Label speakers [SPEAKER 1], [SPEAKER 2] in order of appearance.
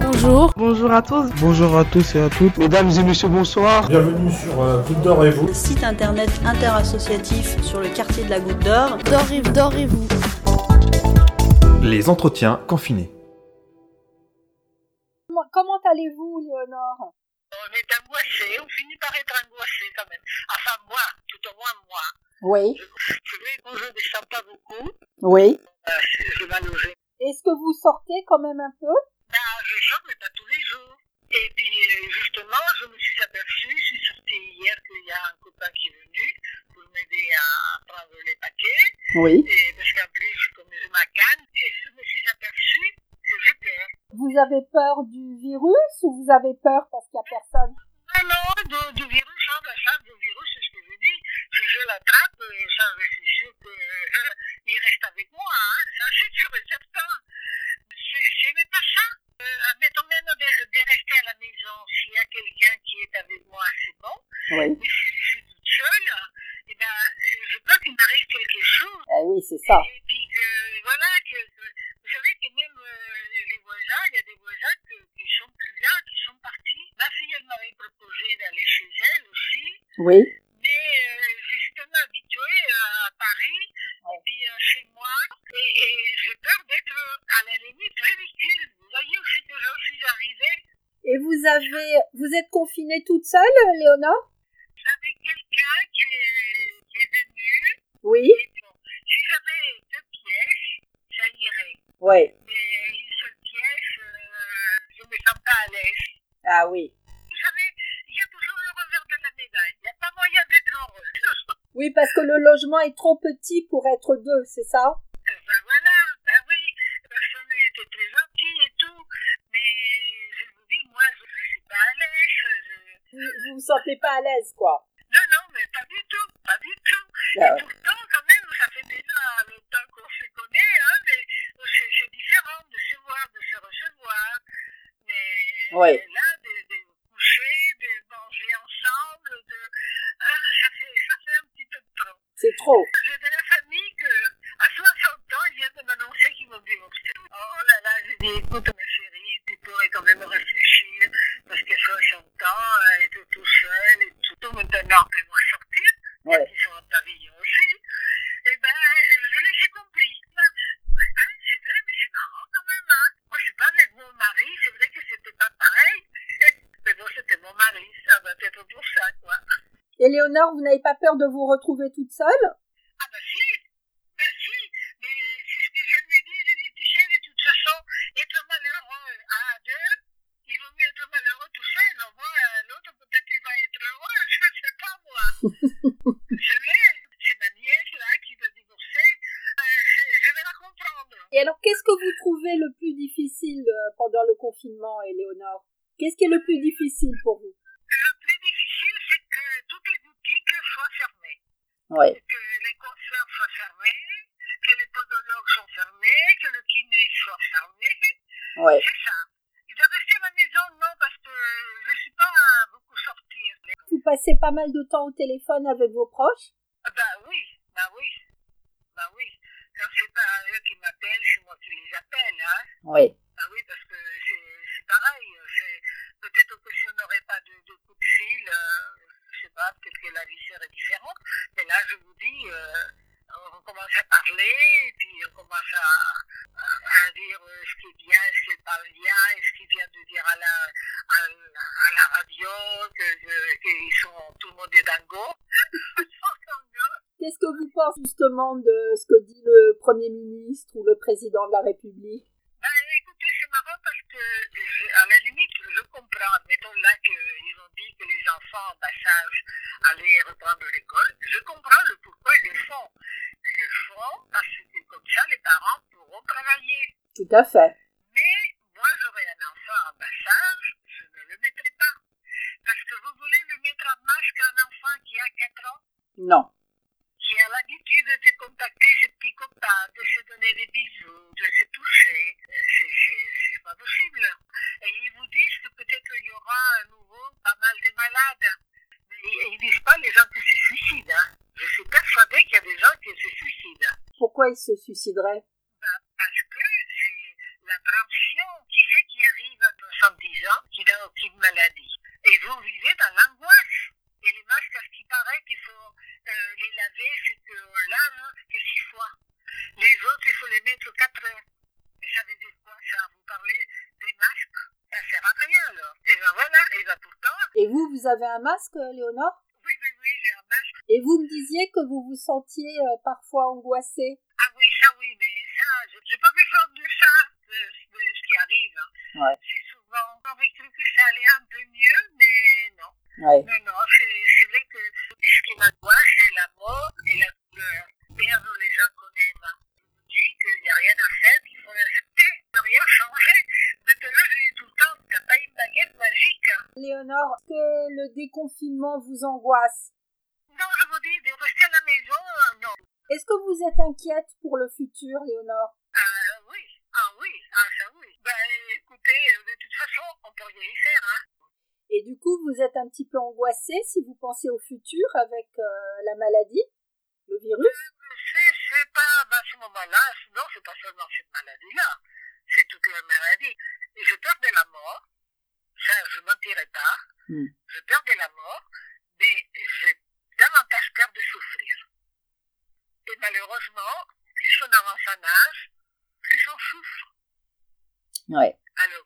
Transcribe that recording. [SPEAKER 1] Bonjour.
[SPEAKER 2] Bonjour à tous.
[SPEAKER 3] Bonjour à tous et à toutes.
[SPEAKER 4] Mesdames et messieurs, bonsoir.
[SPEAKER 5] Bienvenue sur euh, Goutte d'Or et vous.
[SPEAKER 6] Site internet interassociatif sur le quartier de la Goutte d'Or.
[SPEAKER 1] Dorez-vous. Dorez-vous.
[SPEAKER 7] Les entretiens confinés.
[SPEAKER 8] Comment allez-vous, Léonore
[SPEAKER 9] On est angoissé, on finit par être angoissé quand même. Enfin, moi, tout au moins moi.
[SPEAKER 8] Oui,
[SPEAKER 9] C'est vrai que je ne descends pas beaucoup,
[SPEAKER 8] oui.
[SPEAKER 9] euh, je vais loger.
[SPEAKER 8] Est-ce que vous sortez quand même un peu
[SPEAKER 9] Ah, je sors, mais pas tous les jours. Et puis, euh, justement, je me suis aperçue, je suis sortie hier qu'il y a un copain qui est venu pour m'aider à prendre les paquets.
[SPEAKER 8] Oui.
[SPEAKER 9] Et parce qu'en plus, je connais ma canne et je me suis aperçue que j'ai peur.
[SPEAKER 8] Vous avez peur du virus ou vous avez peur parce qu'il n'y a personne
[SPEAKER 9] Non, non, de- du virus, hein, la chance du virus, c'est ce que je dis. Si je l'attrape, euh, ça, je suis sûr qu'il reste avec moi. Hein, ça, c'est sûr et certain. C'est- Ce n'est pas ça. Euh, admettons même de, de rester à la maison. S'il y a quelqu'un qui est avec moi, c'est bon.
[SPEAKER 8] Oui.
[SPEAKER 9] Mais si je suis toute seule, eh ben, euh, je crois qu'il m'arrive quelque chose.
[SPEAKER 8] Eh oui, c'est ça.
[SPEAKER 9] Et puis que, voilà, que, que- vous savez que même euh, les voisins, il y a des voisins que- qui sont plus là, qui sont partis. Ma fille, elle m'avait proposé d'aller chez elle aussi,
[SPEAKER 8] Oui.
[SPEAKER 9] mais euh, je suis tellement habituée euh, à Paris, et puis euh, chez moi, et, et j'ai peur d'être euh, à la limite ridicule. Vous voyez où c'est que je suis arrivée
[SPEAKER 8] Et vous avez, vous êtes confinée toute seule, Léonore
[SPEAKER 9] J'avais quelqu'un qui est- qui est venu,
[SPEAKER 8] Oui.
[SPEAKER 9] si j'avais deux pièces, ça irait.
[SPEAKER 8] Oui.
[SPEAKER 9] mais une seule pièce, euh, je me sens pas à l'aise.
[SPEAKER 8] Ah oui.
[SPEAKER 9] Vous savez, il y a toujours le revers de la médaille. Il n'y a pas moyen d'être heureux.
[SPEAKER 8] Oui, parce que le logement est trop petit pour être deux, c'est ça
[SPEAKER 9] ben voilà, ben oui, personne n'était très gentil et tout. Mais je vous dis, moi, je ne suis pas à l'aise. je-
[SPEAKER 8] Vous vous, vous sentez pas à l'aise, quoi.
[SPEAKER 9] Non, non, mais pas du tout, pas du tout.
[SPEAKER 8] Ah
[SPEAKER 9] Et pourtant, quand même, ça fait déjà longtemps qu'on se connaît, hein, mais c'est c'est différent de se voir, de se recevoir. Mais
[SPEAKER 8] Ouais.
[SPEAKER 9] mais là, de, de coucher, de manger ensemble, de... Ah, ça, fait, ça fait un petit peu de trop.
[SPEAKER 8] C'est trop.
[SPEAKER 9] J'ai de la famille que, à 60 ans, ils viennent de m'annoncer qu'ils vont divorcer. Oh là là, j'ai dit, écoute ma chérie, tu pourrais quand même réfléchir, parce que 60 ans, elle était tout seul et tout. Donc, Maintenant, fais-moi sortir,
[SPEAKER 8] Ouais.
[SPEAKER 9] ils sont en pavillon aussi. Eh ben, je les ai compris. Ben, ouais, hein, c'est vrai, mais c'est marrant quand même. Hein. Moi, je suis pas avec mon mari, c'est vrai que c'était pas pareil. mais bon, c'était mon mari, ça va être pour ça, quoi.
[SPEAKER 8] Et Léonore, vous n'avez pas peur de vous retrouver toute seule
[SPEAKER 9] Ah bah si, bah si, mais c'est ce que je lui ai dit, j'ai dit, tu sais, de toute façon, être malheureux à deux, il vaut mieux être malheureux tout seul, au moins euh, l'autre peut-être il va être heureux, je ne sais pas moi. c'est vrai, c'est ma nièce là qui veut divorcer, Euh, je, je vais la comprendre.
[SPEAKER 8] Et alors, qu'est-ce que vous trouvez le plus difficile euh, pendant le confinement, Éléonore Qu'est-ce qui est le plus difficile pour vous
[SPEAKER 9] Le plus difficile, c'est que toutes les boutiques soient fermées.
[SPEAKER 8] Oui.
[SPEAKER 9] que les concerts soient fermés, que les podologues soient fermés, que le kiné soit fermé.
[SPEAKER 8] Ouais.
[SPEAKER 9] C'est ça. De rester à la maison, non, parce que je ne suis pas à beaucoup sortir.
[SPEAKER 8] Vous passez pas mal de temps au téléphone avec vos proches
[SPEAKER 9] Ah Bah oui, bah oui, bah oui. Quand c'est pas eux qui m'appellent, c'est moi qui les appelle, hein.
[SPEAKER 8] Oui.
[SPEAKER 9] Ah oui, parce que c'est c'est pareil. c'est- Peut-être que si on n'aurait pas de, de coup de fil, euh, je sais pas, peut-être que la vie serait différente. Mais là, je vous dis, euh, on commence à parler, et puis on commence à, à- à dire euh, ce qui est bien, ce qui n'est pas bien, et ce qui vient de dire à la, à, la- à la radio, que, que- qu'ils sont, tout le monde est dingo.
[SPEAKER 8] Qu'est-ce que vous pensez justement de ce que dit le Premier ministre ou le Président de la République
[SPEAKER 9] Ben, écoutez, c'est marrant parce que, je- à la limite, je comprends. Mettons là qu'ils ont dit que les enfants en passage allaient reprendre l'école. Je comprends le pourquoi ils le font. Ils le font parce que comme ça, les parents pourront travailler.
[SPEAKER 8] Tout à fait.
[SPEAKER 9] Mais moi, j'aurais un enfant en passage, je ne le mettrai pas. Parce que vous voulez le mettre en masque à un enfant qui a 4 ans
[SPEAKER 8] Non.
[SPEAKER 9] qui a l'habitude de contacter ses petits copains, de se donner des bisous, de se toucher. Euh, c'est- C'est c'est pas possible. Et ils vous disent que peut-être il y aura à nouveau pas mal de malades. Mais ils- ils disent pas les gens qui se suicident. hein. Je suis persuadée qu'il y a des gens qui se suicident.
[SPEAKER 8] Pourquoi il se suiciderait
[SPEAKER 9] Parce que c'est la tension qui fait qui arrive à son euh, Eh ben
[SPEAKER 8] vous avez un masque, euh, Léonore
[SPEAKER 9] Oui, oui, oui, j'ai un masque.
[SPEAKER 8] Et vous me disiez que vous vous sentiez euh, parfois angoissée.
[SPEAKER 9] Ah oui, ça oui, mais ça, je- j'ai pas pu faire de ça, de, de ce qui arrive. hein.
[SPEAKER 8] Ouais.
[SPEAKER 9] C'est souvent, j'aurais cru que ça allait un peu mieux, mais non.
[SPEAKER 8] Ouais.
[SPEAKER 9] Non, non, c'est c'est vrai que ce qui m'angoisse, c'est la mort et la douleur. Perdre les gens qu'on aime. hein. On dit qu'il n'y a rien à faire, qu'il faut l'accepter, ne rien changer. Maintenant, je dis tout le temps, t'as pas une baguette magique. hein.
[SPEAKER 8] Léonore, est-ce que le déconfinement vous angoisse
[SPEAKER 9] Non, je vous dis, de rester à la maison, euh, non.
[SPEAKER 8] Est-ce que vous êtes inquiète pour le futur, Léonore
[SPEAKER 9] Ah oui, ah oui, ah ça oui. Ben écoutez, euh, de toute façon, on peut rien y faire, hein.
[SPEAKER 8] Et du coup, vous êtes un petit peu angoissée si vous pensez au futur avec euh, la maladie, le virus.
[SPEAKER 9] C'est c'est pas ben, ce moment-là, non, c'est pas seulement cette maladie-là, c'est toute la maladie. Et je peur de la mort, ça je mentirai pas,
[SPEAKER 8] Mm.
[SPEAKER 9] je peur de la mort, mais j'ai davantage peur de souffrir. Et malheureusement, plus on avance en âge, plus on souffre.
[SPEAKER 8] Ouais.
[SPEAKER 9] Alors